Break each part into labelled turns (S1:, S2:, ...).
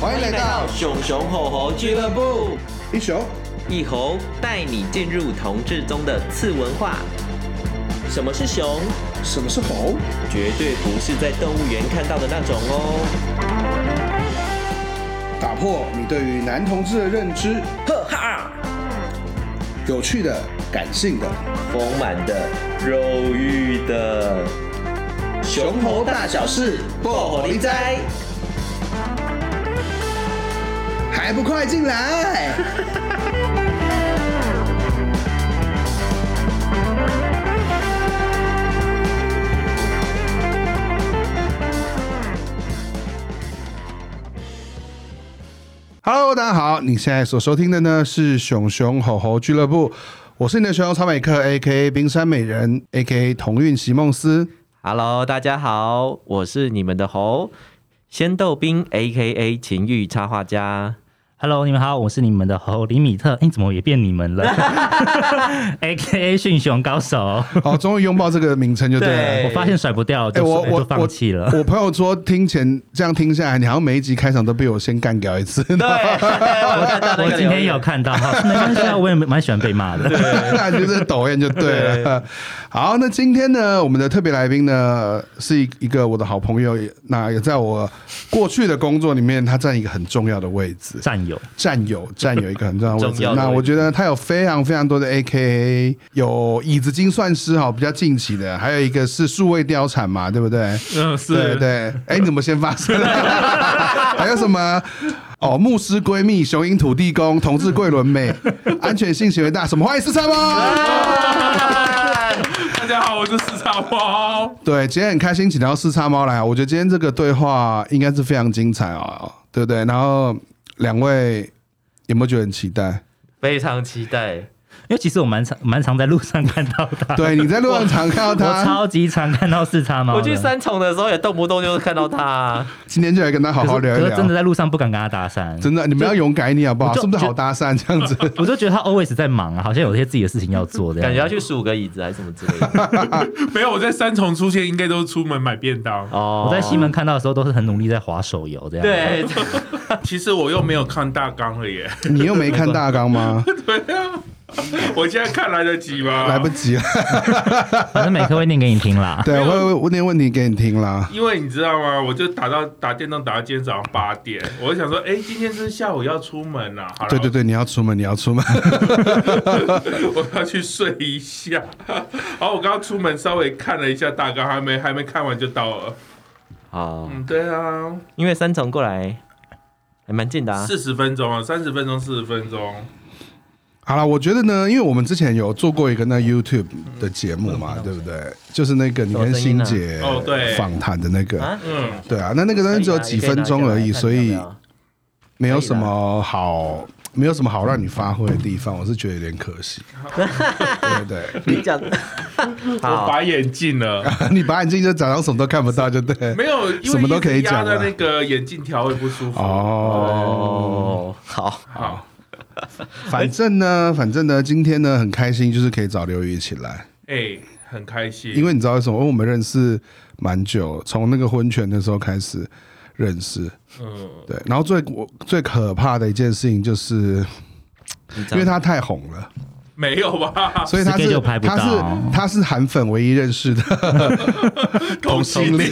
S1: 欢迎来到
S2: 熊熊吼吼俱乐部，
S1: 一雄，
S2: 一猴带你进入同志中的次文化。什么是熊？
S1: 什么是猴？
S2: 绝对不是在动物园看到的那种哦。
S1: 打破你对于男同志的认知，
S2: 呵哈，
S1: 有趣的、感性的，
S2: 丰满的，肉欲的，熊猴大小事，爆火力哉！
S1: 还不快进来！Hello，大家好，你现在所收听的呢是熊熊吼吼俱乐部，我是你的熊熊草莓客，A.K.A. 冰山美人，A.K.A. 同运席梦思。
S2: Hello，大家好，我是你们的猴鲜豆冰，A.K.A. 情欲插画家。
S3: Hello，你们好，我是你们的猴李米特。哎、怎么也变你们了？A K A 驯熊高手，
S1: 好，终于拥抱这个名称就对了。
S2: 对
S3: 我发现甩不
S1: 哎、
S3: 掉，就
S1: 我
S3: 我
S1: 我
S3: 就放弃了。
S1: 我。我朋友说，听前这样听下来，你好像每一集开场都被我先干掉一次。
S2: 对， 我看到那个
S3: 我
S2: 留
S3: 今天
S2: 言
S3: 有看到，没关系啊，我也蛮喜欢被骂的。
S1: 那就是抖音就对了。 好，那今天呢，我们的特别来宾呢是一一个我的好朋友，也那也在我过去的工作里面，他占一个很重要的位置，
S3: 战友，
S1: 占有占有一个很重要的位置
S2: 重要。的
S1: 那
S2: 位置
S1: 我觉得他有非常非常多的 A K A，有椅子精算师哈，比较近期的，还有一个是数位貂蝉嘛，对不对？
S3: 嗯，
S1: 对对， 哎，你怎么先发生？ 还有什么？哦，牧师闺蜜、雄鹰土地公、同志桂纶 镁、安全性行为大，什么欢迎四叉猫。
S4: 大家好，我是四叉猫。
S1: 对，今天很开心请到四叉猫来，我觉得今天这个对话应该是非常精彩哦，对不对？然后两位有没有觉得很期 待？
S2: 非常期待。
S3: 因为其实我蛮常蛮常在路上看到他，
S1: 对，你在路上常看到
S3: 我
S1: 他，
S3: 超级常看到四叉猫的。
S2: 我去三重的时候也动不动就是看到他、
S1: 今天就来跟他好
S3: 可
S1: 好
S3: 是
S1: 聊一
S3: 可是真
S1: 聊。
S3: 的在路上不敢跟他搭讪，
S1: 真的，你们要勇敢一点好不好？
S3: 我就是
S1: 不是好搭讪这样子？
S3: 我就觉得他 always 在忙啊，好像有些自己的事情要做的。
S2: 感觉要去数个椅子还是什么之类的。
S4: 没有，我在三重出现，应该都是出门买便当。
S2: 哦
S3: 我在西门看到的时候，都是很努力在划手游这样。，
S2: 对，
S4: 其实我又没有看大纲了耶。
S1: 你又没看大纲吗？
S4: 对啊，我现在看来得及 吗？
S1: 来不，及了。
S3: 反正每科会念给你听 啦。
S1: 对，我会问点问题给你听啦。
S4: 因为你知道吗？我就打到打电动打到今天早上八点，我就想说，哎、今天是下午要出门啊。好了
S1: 对对，对，你要出门，你要出门。
S4: 我要去睡一下。 好，我刚刚出门稍微看了一下大纲，还没还没看完就到了。
S2: 哦，
S4: 嗯，对啊，
S2: 因为三重过来还蛮近的啊。
S4: 四十分钟啊，三十分钟，四十分钟。
S1: 好了，我觉得呢，因为我们之前有做过一个那 YouTube 的节目嘛，对不对？就是那个你跟欣姐
S4: 哦对
S1: 访谈的那个，
S2: 啊，
S4: 嗯，
S1: 对啊啊，那那个东西只有几分钟而已，所
S5: 哎
S1: 以没有什么好，没有什么好让你发挥的地方，我是觉得有点可 惜，对不对？
S2: 你讲
S4: 我
S2: 好，
S4: 把眼镜了。
S1: 你把眼镜就假装什么都看不到，就对。
S4: 没有，因为
S1: 什么都可以讲啊
S4: 一直压在那个眼镜条会不舒服。
S2: 哦，
S1: 哦，
S2: 好，
S4: 好，
S1: 反正呢，反正呢，今天呢很开心，就是可以找刘宇一起来。
S4: 哎、很开心，
S1: 因为你知道为什么？因为我们认识蛮久，从那个婚前的时候开始认识。
S4: 嗯，
S1: 对，然后最我最可怕的一件事情就是，因为他太红了，
S4: 没有吧？
S1: 所以他是
S3: schedule 排不到
S1: 他是他是韩粉唯一认识的同性恋。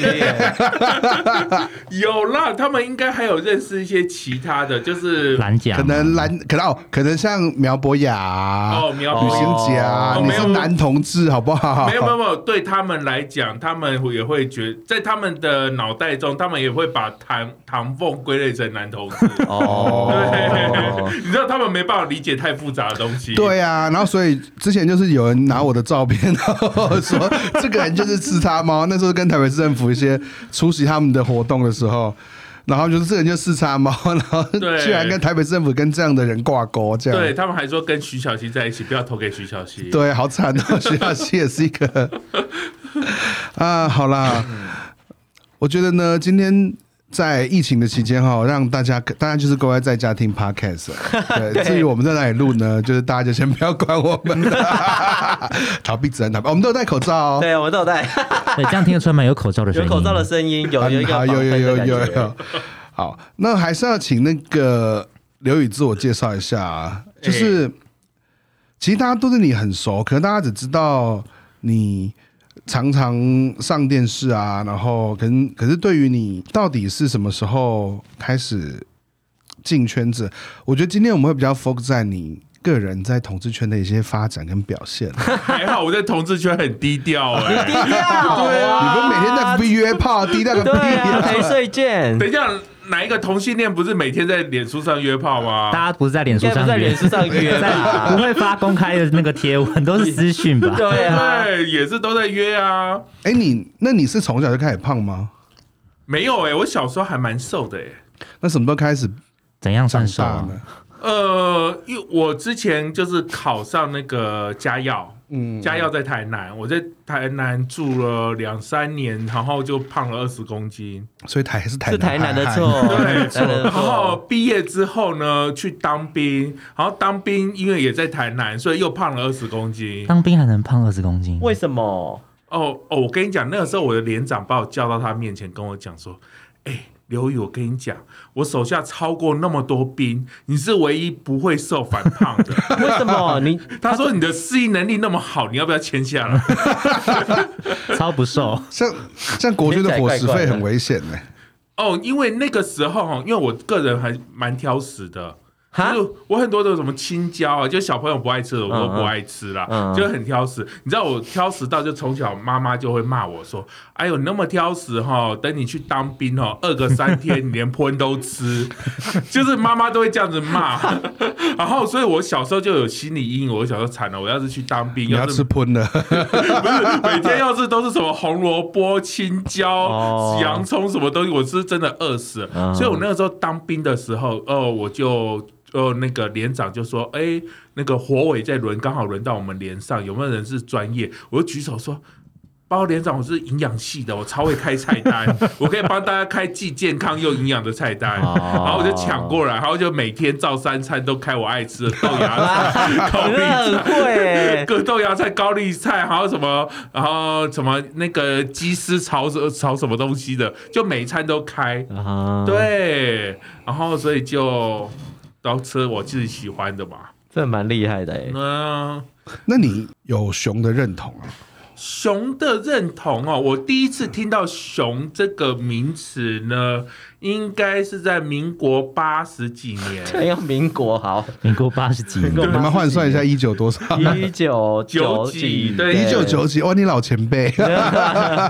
S4: 有啦，他们应该还有认识一些其他的，就是
S3: 蓝甲
S1: 可能蓝，可能哦，可能像苗博雅、啊
S4: 哦，苗
S1: 吕
S4: 博
S1: 欣
S4: 雅。
S1: 洁啊，
S4: 哦
S1: 你
S4: 没有
S1: 是男同志好不好？
S4: 没有没有没有，对他们来讲，他们也会觉在他们的脑袋中，他们也会把唐唐凤归类成男同志。
S2: 哦，
S4: 对，你知道他们没办法理解太复杂的东西。，
S1: 对啊，然后所以之前就是有人拿我的照片，然后说这个人就是吃叉猫。那时候跟台北市政府一些出席他们的活动的时候，然后就是这个人就是四叉猫，然后
S4: 对
S1: 居然跟台北市政府跟这样的人挂钩，这样
S4: 对他们还说跟徐小溪在一起，不要投给徐小溪。
S1: 对好惨哦。 徐小溪也是一个啊，好啦，我觉得呢，今天。在疫情的期间哈，让大家大家就是乖乖在家听 podcast 啊。对，至于我们在哪里录呢，就是大家就先不要管我们了， 逃避自然逃避。我们都有戴口罩哦。
S2: 对，我们都有戴，
S3: 对，这样听得出来蛮有口罩的声
S2: 有
S3: 音。
S2: 口罩的声音，有有一个
S1: 好有有有有有
S2: 有，
S1: 有。好，那还是要请那个刘宇自我介绍一下
S2: 哎
S1: 啊，就是、其实大家都对你很熟，可能大家只知道你常常上电视啊，然后可能可是对于你到底是什么时候开始进圈子，我觉得今天我们会比较 focus 在你。个人在统治圈的一些发展跟表 现，你
S4: 还好我在同志圈很低调哎、
S5: 低调，对
S1: 啊不是每天在被约炮，低调个屁
S5: 对啊，
S1: 呀！
S5: 陪睡见，
S4: 等一下，哪一个同性恋不是每天在脸书上约炮吗？
S3: 大家不是在脸书
S5: 现在
S3: 上
S5: 不在
S3: 约
S5: 脸书上约
S3: 在
S5: 吧？
S3: 不会发公开的那个贴文，都是私讯吧？
S5: 对啊，
S4: 对，也是都在约啊。
S1: 哎，你那你是从小就开始胖吗？
S4: 没有哎、我小时候还蛮瘦的哎、
S1: 那什么时候开始
S3: 怎样
S1: 长
S3: 算瘦
S1: 大
S3: 啊？
S1: 呢？
S4: 呃，因为我之前就是考上那个家药，嗯，家药在台南，我在台南住了两三年，然后就胖了二十公斤，
S1: 所以台是台
S5: 是台南的错，
S4: 对，
S5: 台南哦的
S4: 然后
S5: 错，
S4: 毕业之后呢，去当兵，然后当兵因为也在台南，所以又胖了二十公斤。
S3: 当兵还能胖二十公斤？
S5: 为什么？
S4: 哦哦，我跟你讲，那个时候我的连长把我叫到他面前，跟我讲说：“哎，刘宇，我跟你讲，我手下超过那么多兵，你是唯一不会瘦反胖的。
S5: 为什么你？
S4: 他说你的适应能力那么好，你要不要签下来？
S3: 超 不瘦，
S1: 像像国军的伙食费很危险呢、
S4: 哦，因为那个时候哈，因为我个人还蛮挑食的。
S5: 哈
S4: 就是我很多的什么青椒啊，就小朋友不爱吃的我都
S5: 嗯嗯
S4: 不爱吃啦，
S5: 嗯嗯
S4: 就很挑食。你知道我挑食到就从小妈妈就会骂我说：“哎呦，你那么挑食哈，等你去当兵哦，饿个三天你连喷都吃。” 就是妈妈都会这样子骂。然后，所以我小时候就有心理阴影，我小时候惨了，我要是去当兵，
S1: 你要
S4: 是
S1: 吃喷的，
S4: 不是 每天要是都是什么红萝卜、青椒、
S5: 哦
S4: 洋葱什么东西，我是真的饿死了。
S5: 嗯
S4: 所以我那个时候当兵的时候，哦，我就。呃，那个连长就说：“哎、那个火尾在轮，刚好轮到我们连上，有没有人是专业？”我就举手说：“包括连长，我是营养系的，我超会开菜单， 我可以帮大家开既健康又营养的菜单。”
S5: 哦
S4: 然后我就抢过来，然后就每天照三餐都开我爱吃的豆 芽菜、高
S5: 你
S4: 丽
S5: 真的
S4: 菜
S5: 很会 欸，
S4: 各豆芽菜、高丽菜，还有什么，然后什么那个鸡丝炒什炒什么东西的，就每一餐都开。
S1: 嗯
S5: 啊，，
S4: 对，然后所以就都吃我自己喜欢的嘛。
S5: 这蛮厉害的哎。
S4: 那
S1: 那你有熊的认同啊？
S4: 熊的认同哦，我第一次听到“熊”这个名词呢，应该是在民国八十几 年。
S5: 哎呦，民国好，
S3: 民国八十 几年
S5: 民，国
S1: 你们换算一下，一九多少？
S5: 一九
S4: 九
S5: 几
S4: 几，对
S1: 一九九几？哇，你老前辈！ 等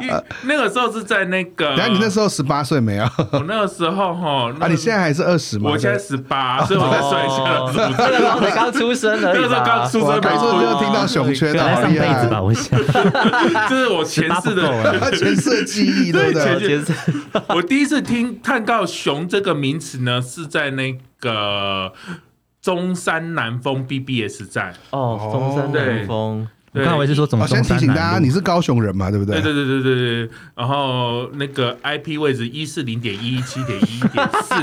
S4: 因为那个时候是在那个，
S1: 下你那时候十八岁没有？啊，
S4: 我那个时候哈，那个
S1: 你现在还是二十吗？
S4: 我现在
S1: 对
S4: 十八，所以我再算一下，是不
S5: 那哦个
S4: 是？
S5: 时候才刚出生而
S4: 那
S5: 已
S4: 个时
S5: 吧
S4: 候刚出
S1: 哇
S4: 生，
S1: 感
S4: 没
S1: 受
S4: 错，
S1: 就听到熊缺
S3: 可
S1: 的
S3: 能
S1: 好
S3: 上
S1: 厉
S3: 辈子吧，
S1: 害，
S3: 我想。
S4: 这是我前世
S3: 18不够
S4: 的。
S1: 他 全是记忆，对不
S4: 对
S1: 对？
S4: 前
S5: 哦其实
S4: 我第一次听看到“熊”这个名词呢，是在那个中山南丰 BBS 站。
S5: 哦，中山
S4: 对
S5: 南风，
S3: 我
S4: 对
S3: 刚以为是说怎么
S1: 哦，先
S3: 中
S1: 提
S3: 山
S1: 醒大家，
S3: 南
S1: 你
S3: 路，
S1: 是高雄人嘛，对不
S4: 对
S1: 对？
S4: 对对对对对，然后那个 IP 位置一四零点一七点一点四，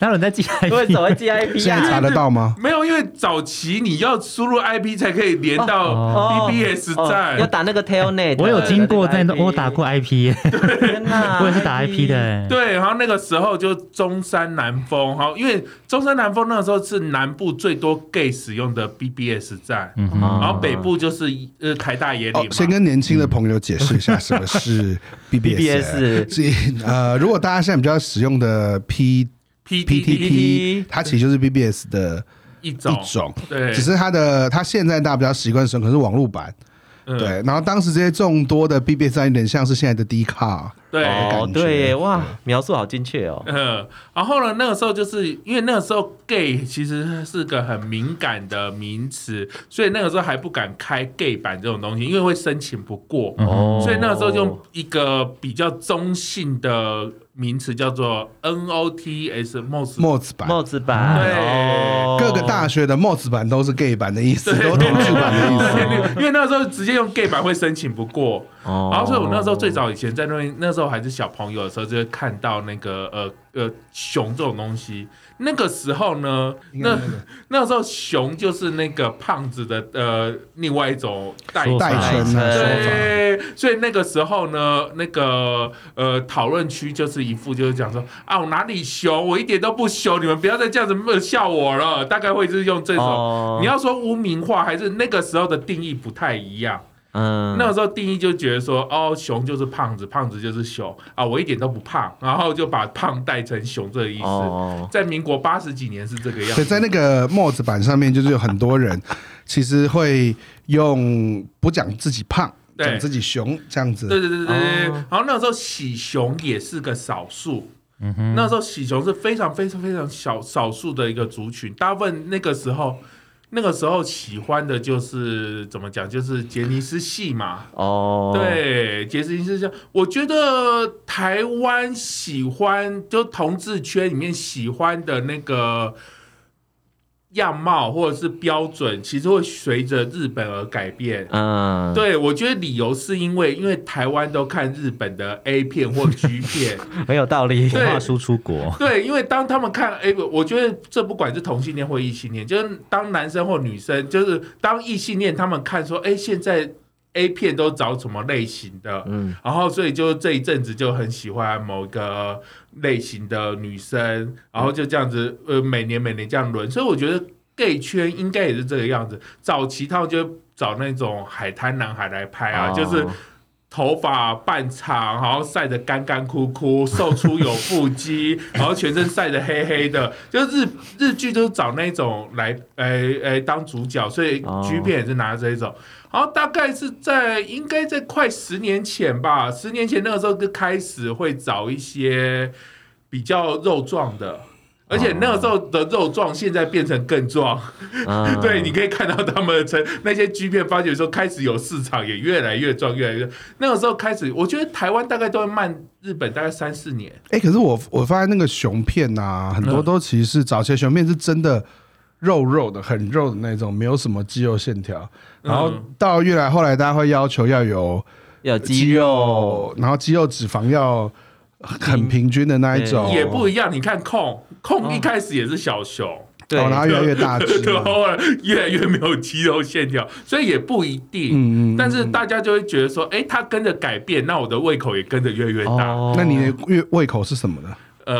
S3: 哪有人在记 IP？
S5: 为什么会 GIP
S1: 现在查
S5: 啊？
S1: 得到吗？
S4: 没有，因为早期你要输入 IP 才可以连到
S5: 哦
S4: BBS 站
S5: 哦要。打那个 tailnet，
S3: 我有经过在那，
S5: 那个 IP
S3: 我打过 IP，耶
S5: 天哪，
S3: 我也是打 IP 的。耶。
S4: 对，然后那个时候就中山南丰，好，因为中山南丰那个时候是南部最多 gay 使用的 BBS 站，
S3: 嗯哼
S5: 哦
S4: 然后北部就是呃台大野里
S1: 哦
S4: 嘛，，
S1: 先跟年轻的朋友解释一下什么是 BBS。
S5: BBS
S1: 是呃，如果大家现在比较使用的 P PTT，
S5: PTT
S1: 它其实就是 BBS 的
S4: 一种
S1: 一，种，
S4: 对，
S1: 只是它的它现在大家比较习惯使用，可能是网络版。
S4: 嗯
S1: 对，然后当时这些众多的 BBS 站有点像是现在的 D 卡，
S4: 对。
S5: 哦
S1: 感，觉
S5: 对耶，哇，描述好精确哦。
S4: 嗯，然后呢？那个时候就是因为那个时候 gay 其实是个很敏感的名词，所以那个时候还不敢开 gay 版这种东西，因为会申请不过。
S3: 嗯
S5: 哦，
S4: 所以那个时候用一个比较中性的名词叫做 NOTS MOS
S1: 墨子版，
S5: 帽子版，
S4: 对
S5: 哦
S1: 各个大学的墨子版都是 gay 版的意思，都是同志版的意思。
S4: 对，因为那时候直接用 gay 版会申请不过，
S5: 哦
S4: 然后所以我那时候最早以前在那边，那时候候还是小朋友的时候，就会看到那个呃呃熊这种东西。那个时候呢，那那时候熊就是那个胖子的呃另外一种代
S3: 说法
S1: 代称啊，说法。
S4: 对，所以那个时候呢，那个呃讨论区就是一副就是讲说啊，我哪里熊，我一点都不熊，你们不要再这样子呃笑我了。大概会是用这种，
S5: 哦
S4: 你要说污名化，还是那个时候的定义不太一样。
S5: 嗯，
S4: 那个时候定义就觉得说，哦，熊就是胖子，胖子就是熊啊，我一点都不胖，然后就把胖带成熊这个意思。
S5: 哦，
S4: 在民国八十几年是这个样子，
S1: 对，在那个帽子版上面，就是有很多 人其实会用不讲自己胖，
S4: 对
S1: 讲自己熊这样
S4: 对
S1: 子。
S4: 对对对对。
S5: 哦
S4: 然后那时候喜熊也是个少数，
S3: 嗯哼，
S4: 那时候喜熊是非常非常非常小少数的一个族群，大部分那个时候。那个时候喜欢的就是怎么讲，就是杰尼斯系嘛，
S5: 哦，，
S4: 对，杰尼斯系。我觉得台湾喜欢就同志圈里面喜欢的那个样貌或者是标准，其实会随着日本而改变。
S5: 嗯，，
S4: 对，我觉得理由是因为因为台湾都看日本的 A 片或 G 片，
S5: 很有道理。
S4: 对
S3: 文化输出国，
S4: 对，因为当他们看 A，我觉得这不管是同性恋或异性恋，就是当男生或女生，就是当异性恋，他们看说，哎，现在 A 片都找什么类型的，
S5: 嗯，
S4: 然后所以就这一阵子就很喜欢某个类型的女生，然后就这样子，呃，每年每年这样轮，所以我觉得 gay 圈应该也是这个样子。早期他们就会找那种海滩男孩来拍啊，就是
S5: 哦
S4: 头发半长，然后晒得干干枯枯， 瘦出有腹肌， 然后全身晒得黑黑的，就是日日剧就是找那种来，诶、诶、当主角，所以
S5: 哦
S4: G 片也是拿这一种。然后大概是在应该在快十年前吧，十年前那个时候就开始会找一些比较肉壮的，而且那个时候的肉壮现在变成更壮，
S5: 嗯
S4: 对，你可以看到他们的成那些 G 片，发觉说开始有市场，也越来越壮，越来越。那个时候开始，我觉得台湾大概都会慢日本大概三四年，
S1: 哎、可是我我发现那个熊片呐、很多都其实是早期熊片是真的肉肉的，很肉的那种，没有什么肌肉线条。然后
S4: 嗯
S1: 到越来后来，大家会要求要有
S5: 要有肌肉，，
S1: 然后肌肉脂肪要很平均的那一种，
S4: 也不一样。你看控控一开始也是小熊，
S5: 对，
S1: 哦然后越来越大只
S4: 对，
S1: 嘛。
S4: 后来越来越没有肌肉线条，所以也不一定。
S1: 嗯嗯，
S4: 但是大家就会觉得说，哎、它跟着改变，那我的胃口也跟着越来越大。
S5: 哦
S1: 那你的胃胃口是什么呢？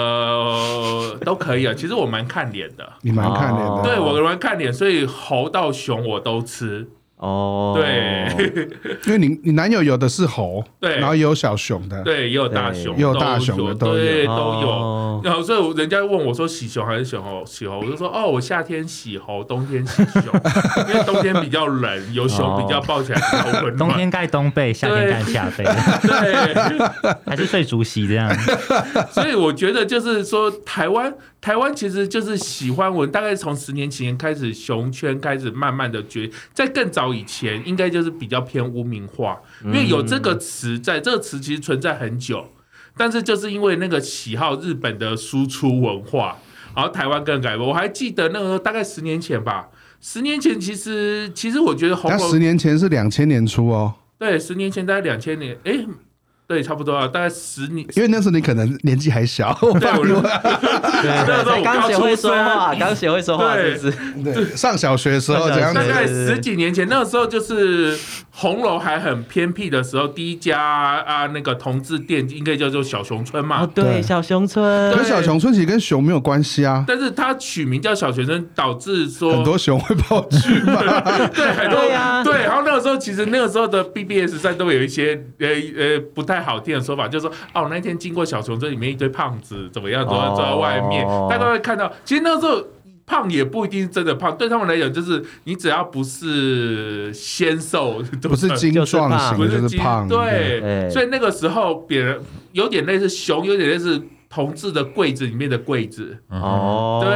S4: 呃，都可以啊。其实我蛮看脸的，
S1: 你蛮看脸的
S5: 哦。
S4: 对我蛮看脸，所以猴到熊我都吃。
S5: 哦，
S4: 对
S1: 因为你你男友有的是猴，
S4: 对
S1: 然后也有小熊的，
S4: 对，也有大
S5: 对
S4: 熊，
S1: 也有大熊的都有
S4: 对，都有。
S5: 哦
S4: 然后，所以人家问我说喜熊还是喜猴？喜猴，我就说哦，我夏天喜猴，冬天喜熊， 因为冬天比较冷，有熊比较抱起来比较温
S3: 冬
S4: 暖。
S3: 天盖东被，夏天盖下被，
S4: 对，
S3: 还是睡竹席这样。
S4: 所以我觉得就是说，台湾台湾其实就是喜欢文，大概从十年前开始，熊圈开始慢慢的觉，在更早以前，应该就是比较偏污名化，因为有这
S1: 嗯
S4: 个词在，这个词其实存在很久，但是就是因为那个喜好日本的输出文化，然后台湾更改。我还记得那个大概十年前吧。十年前，其实其实我觉得红
S1: 那
S4: 楼
S1: 十年前是两千年初哦，
S4: 对十年前大概两千年，哎、对，差不多啊，大概十年
S1: 因为那时候你可能年纪还小，我
S4: 对
S1: 怕
S4: 我
S1: 你
S5: 对，
S4: 那时候
S5: 才
S4: 我
S5: 刚学会说
S4: 啊
S5: 话，刚学会说话是
S4: 对
S5: 不是？
S1: 对上小学的时候
S5: 上小
S1: 这样
S5: 学
S1: 子
S4: 大，概
S5: 对对对
S4: 十几年前，那个时候就是红楼还很偏僻的时候，第一家啊那个同志店应该叫做小熊村嘛。
S5: 哦，
S1: 对
S5: 对，小熊村
S1: 可是小熊春起跟熊没有关系啊，
S4: 但是它取名叫小学生，导致说
S1: 很多熊会跑去嘛。
S4: 对很多
S5: 对啊
S4: 对。然后那个时候其实那个时候的 BBS 站都有一些呃呃不太好听的说法，就是说哦那天经过小熊村里面一堆胖子怎么
S1: 哦
S4: 样，坐在坐在外面，
S5: 哦
S4: 大家会看到，其实那时候。胖也不一定是真的胖，对他们来讲，就是你只要不是纤瘦，都
S1: 不是精壮型
S4: 不
S1: 的，哎就是
S4: 基
S1: 胖。
S4: 对，
S5: 对
S4: 所以那个时候别人有点类似熊，有点类似同志的柜子里面的柜子，
S5: 哦，
S4: 对，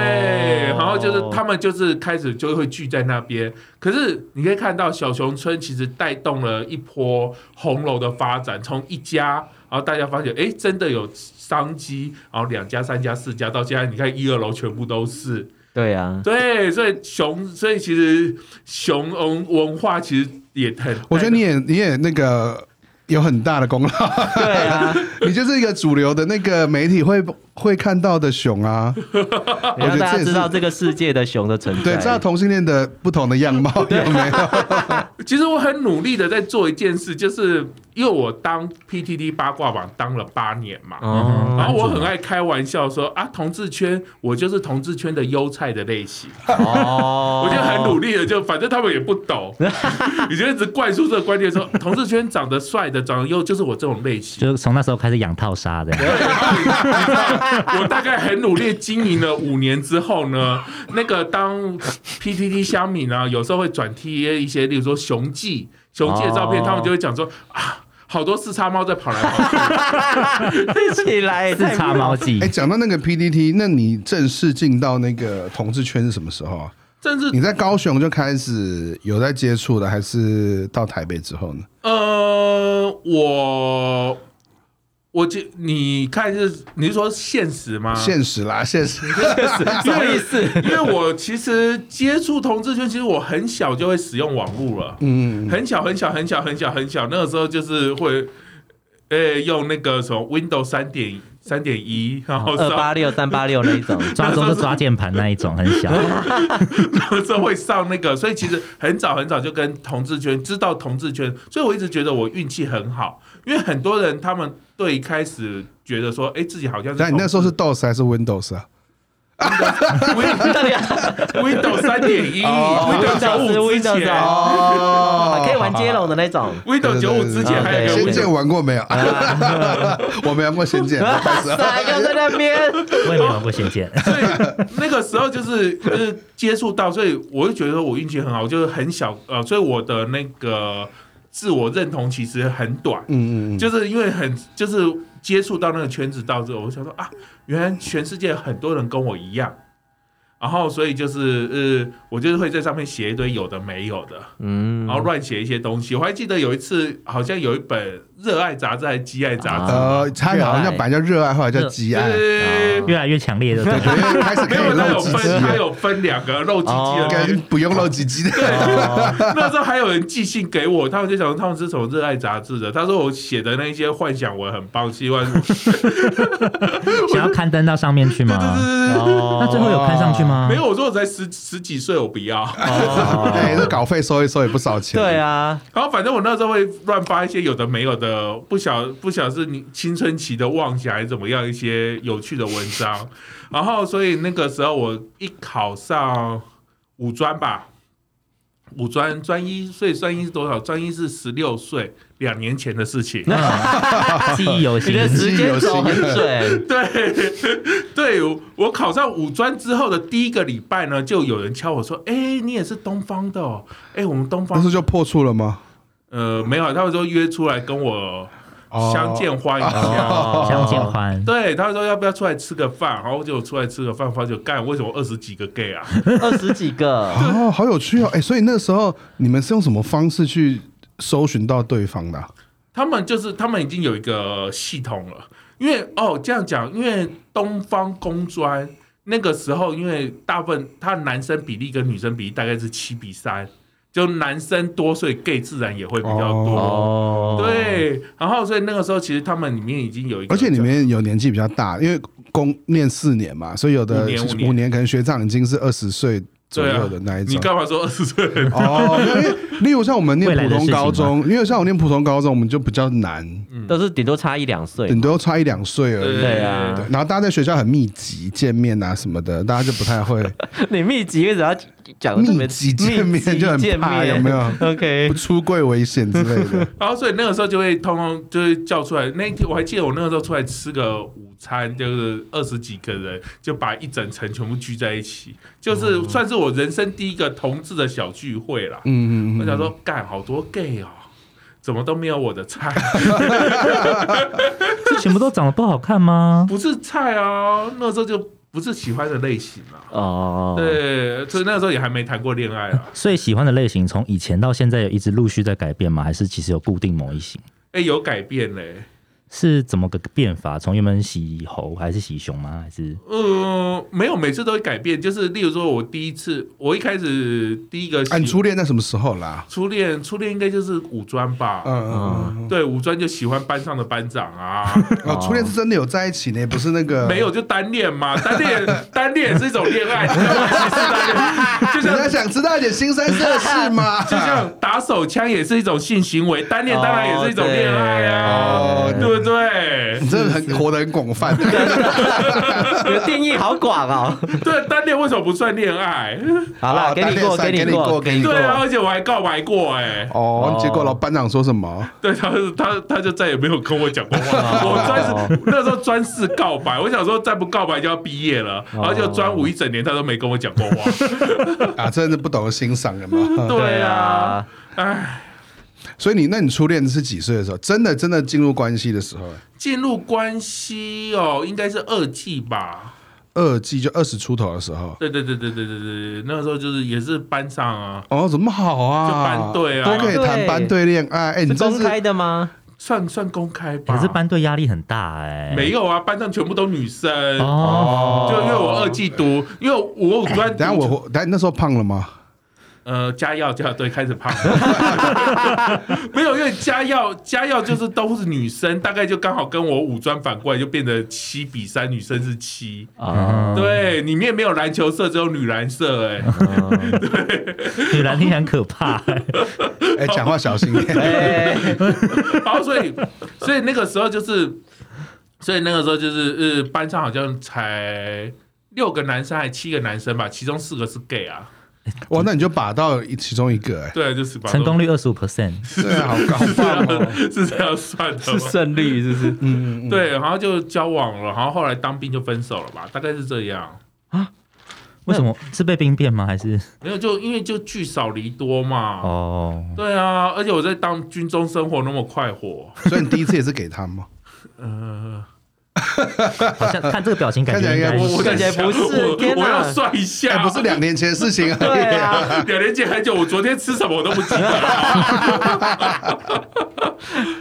S4: 然后就是他们就是开始就会聚在那边。可是你可以看到小熊村其实带动了一波红楼的发展，从一家，然后大家发现哎真的有商机，然后两家、三家、四家，到现在你看一二楼全部都是，
S5: 对 啊，
S4: 对，所以熊，所以其嗯实熊文文化其实也很，
S1: 我觉得你也你也那个有很大的功劳。
S5: 对啊，
S1: 你就是一个主流的那个媒体会会看到的熊啊，我觉得这
S5: 让大家
S1: 也
S5: 知道
S1: 是
S5: 这个世界的熊的存在。
S1: 对，知道同性恋的不同的样貌有没有？
S4: 其实我很努力的在做一件事，就是因为我当 PTT 八卦榜当了八年嘛，
S5: 哦
S4: 嗯然后我很爱开玩笑说啊，同志圈我就是同志圈的优菜的类型，
S5: 哦，
S4: 我就很努
S5: 力。
S4: 力的，就反正他们也 不懂，你就一直灌输这个观念说，同志圈长得帅的、长得优就是我这种类型。
S3: 就是从那时候开始养套杀的。
S4: 我大概很努力经营了五年之后呢，那个当 PTT 乡民啊，有时候会转贴一些，例如说雄记、雄记的照片，
S5: 哦
S4: 他们就会讲说啊，好多四叉猫在跑来 跑 去。
S5: 起来，
S3: 四叉猫记
S1: 哎、，讲到那个 PDT，那你正式进到那个同志圈是什么时候啊？
S4: 甚 至
S1: 你在高雄就开始有在接触了，还是到台北之后呢？
S4: 呃，我我就你看是你是说现实吗？
S1: 现实啦，现 实。
S5: 什么意思？
S4: 因为我其实接触同志圈，其实我很小就会使用网络了，
S1: 嗯，
S4: 很小很小很小很小很小，那个时候就是会，呃、用那个什么 Windows 三点三点一，然后
S5: 嗯二
S4: 上
S5: 八六、三八六那一种，
S3: 抓中就抓键盘那一种，很小。
S4: 那时候会上那个，所以其实很早很早就跟同志圈知道同志圈，所以我一直觉得我运气很好，因为很多人他们对一开始觉得说，哎、自己好像是
S1: 但你那时候是 DOS 还是 Windows 啊？
S5: 到底
S4: 啊 Windows 三点一
S5: 哦
S4: ，Windows 九五之
S5: Windows
S4: 前
S5: 哦
S1: 哦
S5: 可以玩接龙的那种？
S4: ，Windows 九五之前还有一
S5: 对
S4: 个
S5: 对
S1: 仙
S4: Windows 啊
S1: 剑玩过没有？ 我没玩过仙 剑，不好意思
S5: 傻又在那边，
S3: 我也没玩过仙剑，
S4: 所以那个时候就是就是接触到，所以我就觉得我运气很好，我就是很小呃，所以我的那个自我认同其实很短，
S1: 嗯嗯嗯，
S4: 就是因为很就是接触到那个圈子到之后，我想说啊，原来全世界很多人跟我一样。然后，所以就是呃，我就是会在上面写一堆有的没有的，
S5: 嗯
S4: 然后乱写一些东西。我还记得有一次，好像有一本《热爱》杂志还是《激爱》杂志，
S1: 呃，它好像叫本来叫热爱，后来叫激爱，
S4: 对
S3: 越来越强烈的对
S1: 我觉得 开始
S4: 没
S1: 可以
S4: 有，它
S1: 露
S4: 有
S1: 鸡
S4: 分，
S1: 鸡
S4: 它
S1: 了，
S4: 有分两个露鸡鸡的
S5: 哦
S4: 跟
S1: 跟不用露鸡 鸡的。
S4: 那时候还有人寄信给我，他们就想说他们是从热爱杂志的，他说我写的那些幻想文很棒，希望
S3: 想要刊登到上面去吗？
S5: 哦
S3: 那最后有刊上去吗？
S4: 没有，我说我才十十几岁，我不要。
S1: 哎，这稿费收一收也不少钱。
S5: 对，啊，
S4: 然后反正我那时候会乱发一些有的没有的，不晓不晓是你青春期的妄想还是怎么样一些有趣的文章。 然后所以那个时候我一考上五专吧，五专专一，所以专一是多少？专一是十六岁，两年前的事情。
S3: 嗯，记忆犹
S5: 你
S3: 新。
S5: 的时间轴很准，
S4: 对， 对我我考上五专之后的第一个礼拜呢，就有人敲我说：“哎、你也是东方的、哦？哎、我们东
S1: 那时
S4: 方
S1: 候就破处了吗？
S4: 呃没有，他们说约出来跟我
S1: 哦
S4: 相见欢一下。
S5: 哦
S3: 相见 欢，
S4: 对，他说要不要出来吃个饭，然后就出来吃个饭，发觉干为什么二十几个 gay 啊？
S5: 二十几个，
S1: 哦，好有趣哦！哎，所以那时候你们是用什么方式去搜寻到对方的啊？
S4: 他们就是他们已经有一个系统了，因为哦这样讲，因为东方工专那个时候，因为大部分他男生比例跟女生比例大概是七比三，就男生多，所以 gay 自然也会比较多。
S5: 哦，
S4: 对，然后所以那个时候其实他们里面已经有一个，
S1: 而且里面有年纪比较大，因为公念四年嘛，所以有的
S4: 五年五年
S1: 五年可能学长已经是二十岁左
S4: 对啊
S1: 右的那一
S4: 你
S1: 种。
S4: 干嘛说二十岁？
S1: 哦，因为例如像我们念
S3: 未来
S1: 普
S3: 的
S1: 通
S3: 事情
S1: 高
S3: 嘛
S1: 中，因为像我念普通高中，我们就比较难，
S5: 都是顶多差一两岁
S1: 顶，多差一两岁而已。
S5: 对啊
S1: 对，然后大家在学校很密集见面啊什么的，大家就不太会
S5: 你密集为什么要讲这么
S1: 密集见面就很怕，有没 有？
S5: ？OK，
S1: 不出柜危险之类的。嗯
S4: 然后所以那个时候就会通通就会叫出来。那一天我还记得我那个时候出来吃个午餐，就是二十几个人，就把一整层全部聚在一起，就是算是我人生第一个同志的小聚会啦。
S1: 嗯嗯
S4: 我
S1: 嗯。
S4: 想说，干好多 gay 哦。怎么都没有我的菜，
S3: 这全部都长得不好看吗？
S4: 不是菜啊！那时候就不是喜欢的类型啊。
S5: 哦，
S4: 对，所以那个时候也还没谈过恋爱啊。
S3: 所以喜欢的类型从以前到现在有一直陆续在改变吗？还是其实有固定某一型？
S4: 哎、有改变嘞、
S3: 是怎么个变法？从原本洗喉还是洗胸吗？还是
S4: 呃，没有，每次都会改变。就是例如说，我第一次，我一开始第一个洗
S1: 啊，你初恋那什么时候啦？
S4: 初恋，初恋应该就是五专吧？
S1: 嗯嗯嗯
S4: 对，五专就喜欢班上的班长 啊，
S1: 嗯，哦，初恋是真的有在一起呢，不是那个
S4: 没有。就单恋嘛，单恋单恋也是一种 恋爱，你知道吗？其实单恋就
S1: 人家
S4: 像
S1: 想知道一点新三色事吗？
S4: 就像打手枪也是一种性行为，单恋当然也是一种恋爱啊，
S1: 哦
S4: 对不对
S1: 你？真的很活得很广泛，
S5: 你的定义好广哦。
S4: 对，单恋为什么不算恋爱？
S5: 好
S1: 好
S5: 啦，给你过，
S1: 单
S5: 给
S1: 恋赛
S5: 你过，
S1: 给
S5: 给你过
S4: 对。啊，而且我还告白过哎、
S1: 哦
S5: 哦，
S1: 结果老班长说什么？
S4: 对，他他他就再也没有跟我讲过 话。
S1: 哦
S4: 我专是那时候专四告白，我想说再不告白就要毕业了，
S1: 哦
S4: 然后就专五一整年他都没跟我讲过话。
S1: 啊，真的不懂得欣赏了 吗？
S4: 对
S5: 对
S4: 啊，
S5: 啊，
S4: 哎，
S1: 所以你，那你初恋是几岁的时候？真的真的进入关系的时候，
S4: 进入关系哦，应该是二季吧？
S1: 二季就二十出头的时候。
S4: 对对对对对对对，那个时候就是也是班上啊，
S1: 哦，怎么好啊？
S4: 就班队啊
S1: 都可以谈班队恋爱。哎，你
S5: 是
S1: 真
S5: 公
S1: 是
S5: 开的吗？
S4: 算算公开吧。
S3: 可是班队压力很大哎、
S4: 没有啊，班上全部都女生，
S3: 哦，
S4: 就因为我二季读，因为我五专读，
S1: 等下我，等下你那时候胖了吗？
S4: 呃，加药加对，开始胖，没有，因为加药加药就是都是女生，大概就刚好跟我五专反过来，就变成七比三，女生是七。
S5: 啊，
S4: 对，里面没有篮球社，只有女篮社、哎、
S3: 女篮听起来很可 怕、欸，
S1: 哎，讲话小心一点。
S5: 哎，
S4: 然后所以所以那个时候就是，所以那个时候就是呃，班上好像才六个男生还七个男生吧，其中四个是 gay 啊，
S1: 哇，那你就把到一其中一个， 哎，
S4: 对，啊就是把
S3: 成功率二十五 percent，
S1: 对啊，好高棒哦。
S4: 是这样算的
S5: 是
S4: 吗？
S5: 胜率是不是？
S1: 嗯，嗯嗯
S4: 对，然后就交往了，然后后来当兵就分手了吧，大概是这样。
S3: 为什么是被兵变吗？还是
S4: 没有，就因为就聚少离多嘛。
S3: 哦？
S4: 对啊，而且我在当军中生活那么快活，
S1: 所以你第一次也是给他吗？
S4: 呃，
S3: 好像看这个表情，感觉应
S1: 看起
S3: 该
S1: 来应
S4: 我我在
S5: 感觉
S4: 想
S5: 不是
S4: 我
S5: 天
S4: 我
S5: 哪
S4: 要算一下，
S1: 哎，不是两年前的事情而
S5: 啊对
S1: 已。
S5: 啊，
S4: 两年前很久，我昨天吃什么我都不记得 了，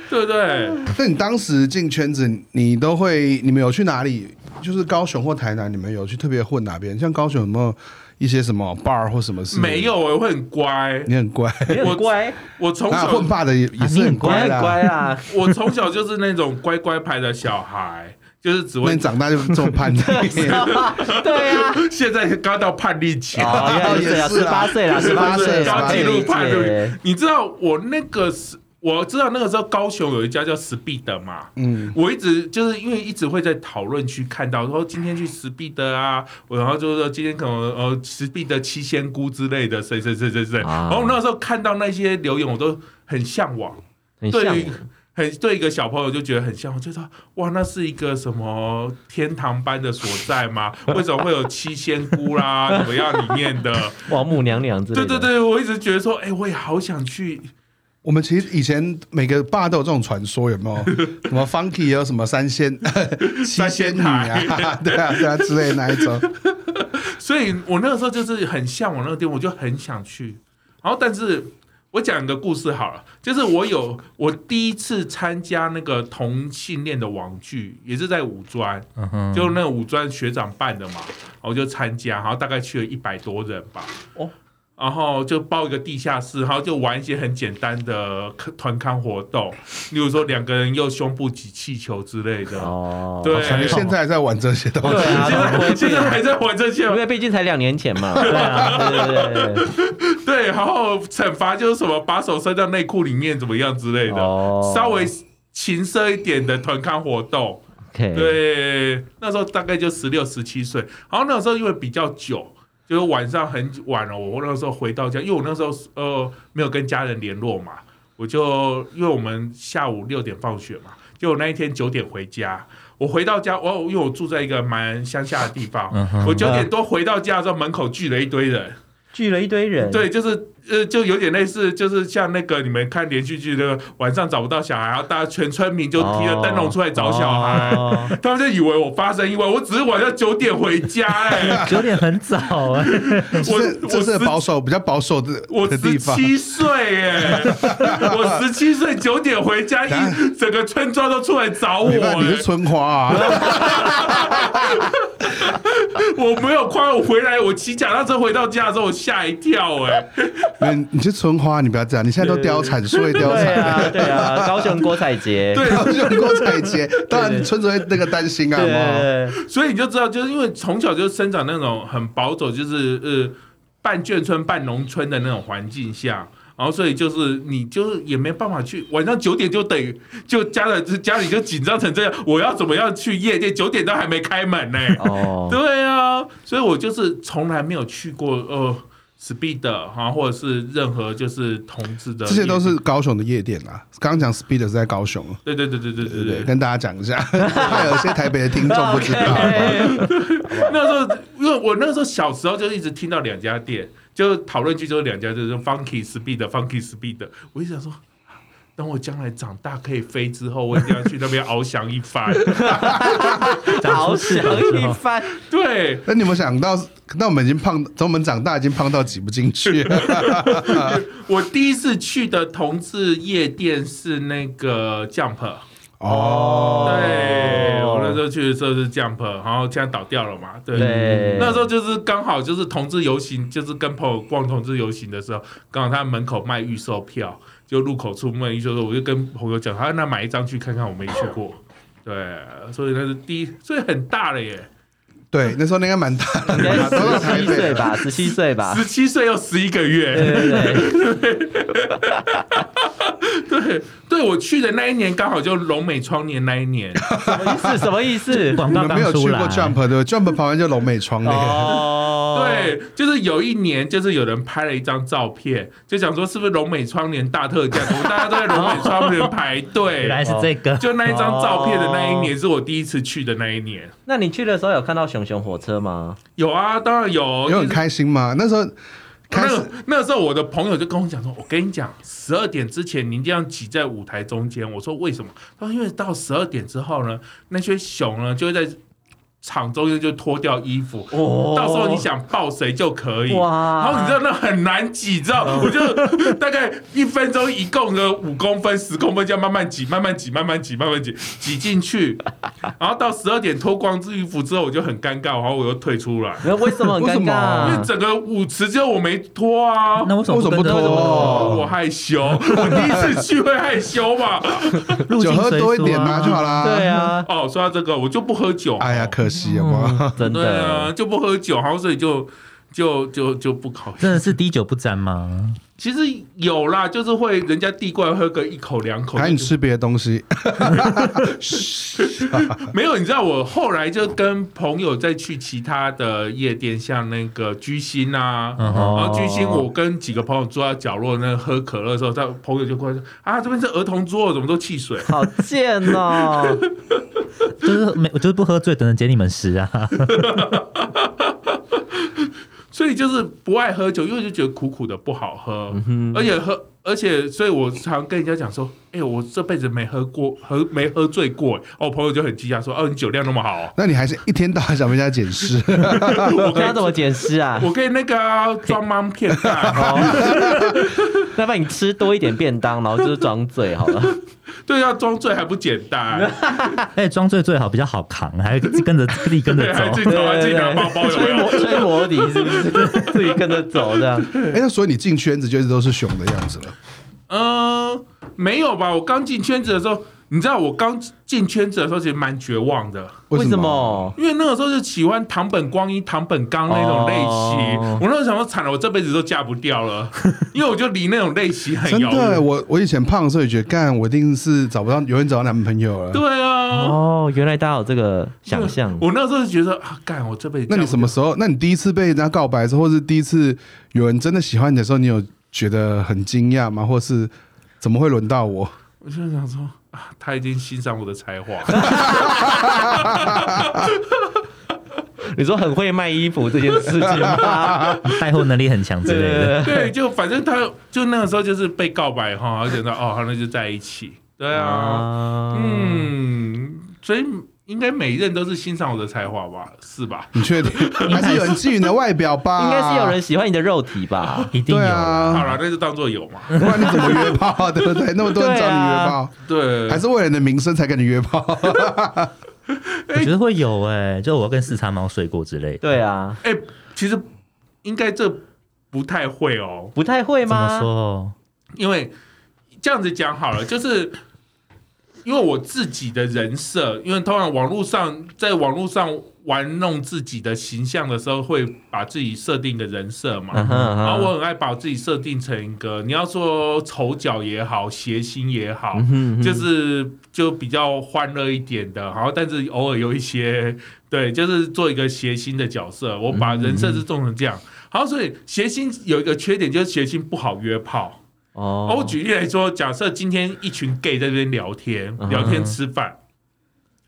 S4: 对不对？
S1: 那你当时进圈子，你都会，你们有去哪里？就是高雄或台南，你们有去特别混哪边？像高雄有没有一些什么 bar 或什么事？
S4: 没，有，我会很乖，
S1: 你很乖。
S5: 你
S4: 我
S5: 很乖，
S4: 我从
S1: 啊，
S4: 小
S1: 混霸的也也是很
S5: 你
S1: 乖
S5: 很
S1: 啦。
S5: 乖啊。
S4: 我从小就是那种乖乖牌的小孩，就是只
S1: 那
S4: 会
S1: 你。长大就这么 叛逆，
S4: 哦
S5: 对啊，
S4: 现在刚到叛逆期，
S5: 哦，原来是
S4: 啊
S5: 这样，
S1: 也是
S5: 十
S1: 啦
S5: 八
S1: 对
S5: 岁啦，十八岁，
S4: 刚进入派对
S5: 对。
S4: 你知道我那个是，我知道那个时候高雄有一家叫 Speed 嘛，
S1: 嗯，
S4: 我一直就是因为一直会在讨论区看到说哦今天去 Speed 啊，我然后就是说今天可能呃 Speed 的七仙姑之类的，谁谁谁谁谁，
S5: 啊
S4: 然后我那时候看到那些留言，我都很向往，
S5: 很像
S4: 对于。很对一个小朋友就觉得很像，我就说哇，那是一个什么天堂般的所在 吗？为什么会有七仙姑啦，怎么样里面 的？
S5: 王母娘娘之类
S4: 对
S5: 的。
S4: 对对，我一直觉得说，哎、我也好想去。
S1: 我们其实以前每个爸都有这种传说，有没 有？什么 Funky 也有什么三仙、 七仙女啊， 对啊，对啊之类的那一种。
S4: 所以我那个时候就是很向往那个地方，我就很想去。然后，但是我讲一个故事好了，就是我有我第一次参加那个同性恋的网剧，也是在五专，
S3: 嗯哼，
S4: 就那个五专学长办的嘛，然后我就参加，然后大概去了一百多人吧。
S5: 哦。
S4: 然后就包一个地下室，然后就玩一些很简单的团康活动，例如说两个人用胸部挤气球之类的。
S5: 哦，
S4: 对
S1: 感觉现在还在玩这些东
S5: 对
S1: 西。
S5: 啊，
S4: 现
S5: 都不
S4: 在
S5: 会
S4: 现
S5: 变
S4: 在还在玩这些
S5: 因，为毕竟才两年前嘛。
S3: 对啊，
S5: 对对对对
S4: 对，然后惩罚就是什么，把手伸到内裤里面怎么样之类
S5: 对，
S4: 的，
S5: 哦
S4: 稍微情色一点的团康活动。
S5: OK，
S4: 对，那时候大概就十六、十七岁，然后那时候因为比较久，就是晚上很晚了，我那时候回到家，因为我那时候呃没有跟家人联络嘛，我就因为我们下午六点放学嘛，就我那一天九点回家。我回到家，哦我因为我住在一个蛮乡下的地方，我九点多回到家的时候，门口聚了一堆人，
S5: 聚了一堆人，
S4: 对，就是呃，就有点类似，就是像那个你们看连续剧那个晚上找不到小孩，然后大家全村民就提着灯
S1: 哦
S4: 笼出来找小孩，
S5: 哦
S4: 他们就以为我发生意外，我只是晚上九点回家、哎，
S3: 九点很早 哎、
S4: 我
S1: 这
S4: 我
S1: 这是
S4: 十
S1: 保守比较保守的
S4: 我
S1: 的
S4: 十
S1: 地方。
S4: 七岁哎，我十七岁九点回家，一整个村庄都出来找我、
S1: 没办法，你是
S4: 哎，
S1: 春花 啊！
S4: 我没有夸我回来，我骑脚踏车回到家的时候，我吓一跳哎、
S1: 你你是春花，你不要这样，你现在都貂蝉，树叶貂蝉，
S5: 对 啊，对啊，高雄郭采洁，
S4: 对
S1: 然后 就郭采洁， 当然村子会那个担心啊，
S5: 啊对
S1: 好不好
S5: 对对
S4: 所以你就知道，就是因为从小就生长那种很保守，就是呃半眷村半农村的那种环境下。然后，所以就是你就是也没办法去晚上九点就等于就家了家里就紧张成这样，我要怎么样去夜店？九点都还没开门呢、
S5: 哦，
S4: 对啊，所以我就是从来没有去过呃 speed 的哈、或者是任何就是同志的夜店，
S1: 这些都是高雄的夜店啊。刚刚讲 Speed 是在高雄，啊
S4: 对对对对对对
S1: 对不对？
S4: 对。
S1: 跟大家讲一 下，怕有些台北的听众不知道。
S4: 那时候，因为我那时候小时候就一直听到两家店，就讨论区就是两家，就是 Funky Speed 的 Funky Speed 的。我一直想说，等我将来长大可以飞之后，我一定要去那边翱翔一番。
S5: 好想一番，
S4: 对，
S1: 那你们想到，那我们已经胖，等我们长大已经胖到挤不进去 了。
S4: 我第一次去的同志夜店是那个 Jump。
S1: 哦，
S4: 对，我那时候去的时候是 Jump，然后现在倒掉了嘛。对，
S5: 对，
S4: 那时候就是刚好就是同志游行，就是跟朋友逛同志游行的时候，刚好他门口卖预售票，就入口处卖预售的时候，我就跟朋友讲，他那买一张去看看，我没去过。对，所以那是第一，所以很大了耶，
S1: 对，那时候应该蛮大
S5: 应
S1: 的
S5: 该
S1: 吧，都到台
S5: 十七
S1: 北
S5: 岁
S1: 了。
S5: 吧，十七岁吧，
S4: 十七岁又十一个
S5: 对
S4: 月。
S5: 对对，
S4: 对，对我去的那一年刚好就龙美窗帘那一年，
S5: 什么意思？什么意思？
S3: 广
S1: 你
S3: 告
S1: 们
S3: 刚
S1: 没有去
S3: 出
S1: 过
S3: 来，
S1: Jump 对不对？Jump 旁边就龙美窗帘，
S5: 哦，
S4: 对，就是有一年，就是有人拍了一张照片，就想说是不是龙美窗帘大特价，我大家都在龙美窗帘排队
S3: 原。来是这个，
S4: 就那一张照片的那一年，是我第一次去的那一年。
S5: 那你去的时候有看到熊熊火车吗？
S4: 有啊，当然有，
S1: 有很
S4: 就是
S1: 开心吗？那时候开
S4: 那
S1: 始
S4: 个那时候，我的朋友就跟我讲说：“我跟你讲，十二点之前你一定要挤在舞台中间。”我说：“为什么？”他说：“因为到十二点之后呢，那些熊呢就会在场中间就脱掉衣服，
S5: 哦
S4: 到时候你想抱谁就可以。”
S5: 哇，
S4: 然后你知道那很难挤，你知道，我就 大概一分钟一共个五公分、十公分，这样慢慢挤、慢慢挤、慢慢挤、慢慢挤，挤进去。然后到十二点脱光衣服之后，我就很尴尬，然后我又退出来，
S5: 那 为什么很尴尬、
S4: 因为
S5: 啊？
S4: 整个舞池只有我没脱啊。
S3: 那为什么
S1: 为什么
S3: 不
S1: 不
S3: 跟着
S1: 脱
S4: 我害羞，我第一次去会害羞嘛。
S3: 入
S1: 酒
S3: 境
S1: 喝
S3: 随
S1: 多一
S3: 俗
S1: 点嘛
S3: 啊
S1: 就好啦。
S5: 对，啊，
S4: 哦，说到这个，我就不喝酒。
S1: 哎呀，可惜 嘛，
S5: 真
S4: 对啊，
S5: 的，
S4: 就不喝酒，然后所以就就就就不考虑。
S3: 真的是滴酒不沾吗？
S4: 其实有啦，就是会人家递过来喝个一口两口，
S1: 还你吃别的东西，
S4: 没有，你知道我后来就跟朋友再去其他的夜店，像那个居心啊，
S3: 嗯
S5: 哼
S4: 然后居心，我跟几个朋友坐在角落那喝可乐的时候，他朋友就过来说：“啊，这边是儿童桌，怎么都汽水
S5: 好贱 哦！
S3: 就是没，我就是不喝醉，等着解你们食啊。？”
S4: 所以就是不爱喝酒，因为就觉得苦苦的不好喝，而且喝。而且，所以我常跟人家讲说：“哎、我这辈子没喝过，喝没喝醉过。”哦，我朋友就很惊讶说：“哦，你酒量那么好、哦
S1: 那你还是一天到晚想被人家解释，
S4: 我可
S5: 那怎
S4: 以，
S5: 么解释啊？
S4: 我可以那个啊装莽骗蛋。”
S5: 那不然你吃多一点便当，然后就是装醉好了。
S4: 对，要装醉还不简单，
S3: 而且哎装醉最好比较好扛，还跟着自己跟着
S4: 对，还自己
S3: 走。
S4: 走，还自己拿包包，有没
S5: 吹
S4: 有
S5: 魔？ 吹魔笛是不是？自己跟着走这样。
S1: 哎，那所以你进圈子就一直都是熊的样子了。
S4: 嗯，没有吧？我刚进圈子的时候，你知道我刚进圈子的时候其实蛮绝望的，
S5: 为
S1: 什
S5: 什？么？
S4: 因为那个时候就喜欢唐本光一、唐本刚那种类型。
S5: 哦
S4: 我那时候想说，惨了，我这辈子都嫁不掉 了，因为我就离那种类型很
S1: 真
S4: 遥
S1: 的，
S4: 远。
S1: 我我以前胖的时候也觉得，干我一定是找不到，永远找到男朋友了。
S4: 对啊，
S5: 哦，原来大家有这个想象。
S4: 我那时候就觉得啊，干，我这辈子
S1: 那
S4: 嫁
S1: 你
S4: 不
S1: 什么时候？那你第一次被人家告白的时候，或是第一次有人真的喜欢你的时候，你有觉得很惊讶吗？或是怎么会轮到我？
S4: 我就想说啊，他已经欣赏我的才华，
S5: 你说很会卖衣服这件事情吗？
S3: 带货能力很强之类的。
S4: 啊对，就反正他就那个时候就是被告白哈，然后觉得哦，好那就在一起。对
S5: 嗯，
S4: 啊，嗯，所以应该每一任都是欣赏我的才华吧，是吧？
S1: 你确定？还是有人觊觎你的外表
S4: 啊
S1: 吧？
S5: 应该是有人喜欢你的肉体 吧？
S3: 一定有
S1: 对
S3: 啦，
S4: 好
S1: 啊，
S4: 了，那就当做有嘛。
S1: 不然你怎么约炮 啊？对不 对？那么多人找你约炮，
S3: 啊
S4: 对，
S1: 还是为了你的名声才跟你约炮？
S3: 我觉得会有哎、就我跟四叉猫睡过之类的。
S5: 对啊，
S4: 哎、其实应该这不太会哦，
S5: 不太会
S3: 怎么
S5: 吗？
S3: 说？
S4: 因为这样子讲好了，就是因为我自己的人设，因为通常网络上在网络上玩弄自己的形象的时候，会把自己设定一个人设嘛。
S5: 嗯哼嗯哼
S4: 然后我很爱把自己设定成一个，你要说丑角也好，谐星也好，
S5: 嗯哼嗯哼
S4: 就是就比较欢乐一点的，然后但是偶尔有一些对，就是做一个谐星的角色，我
S5: 嗯
S4: 把人设是做成这样。好，所以谐星有一个缺点，就是谐星不好约炮。
S5: 哦
S4: 哦、我举例来说，假设今天一群 gay 在这边聊天
S5: 嗯，
S4: 聊天吃饭。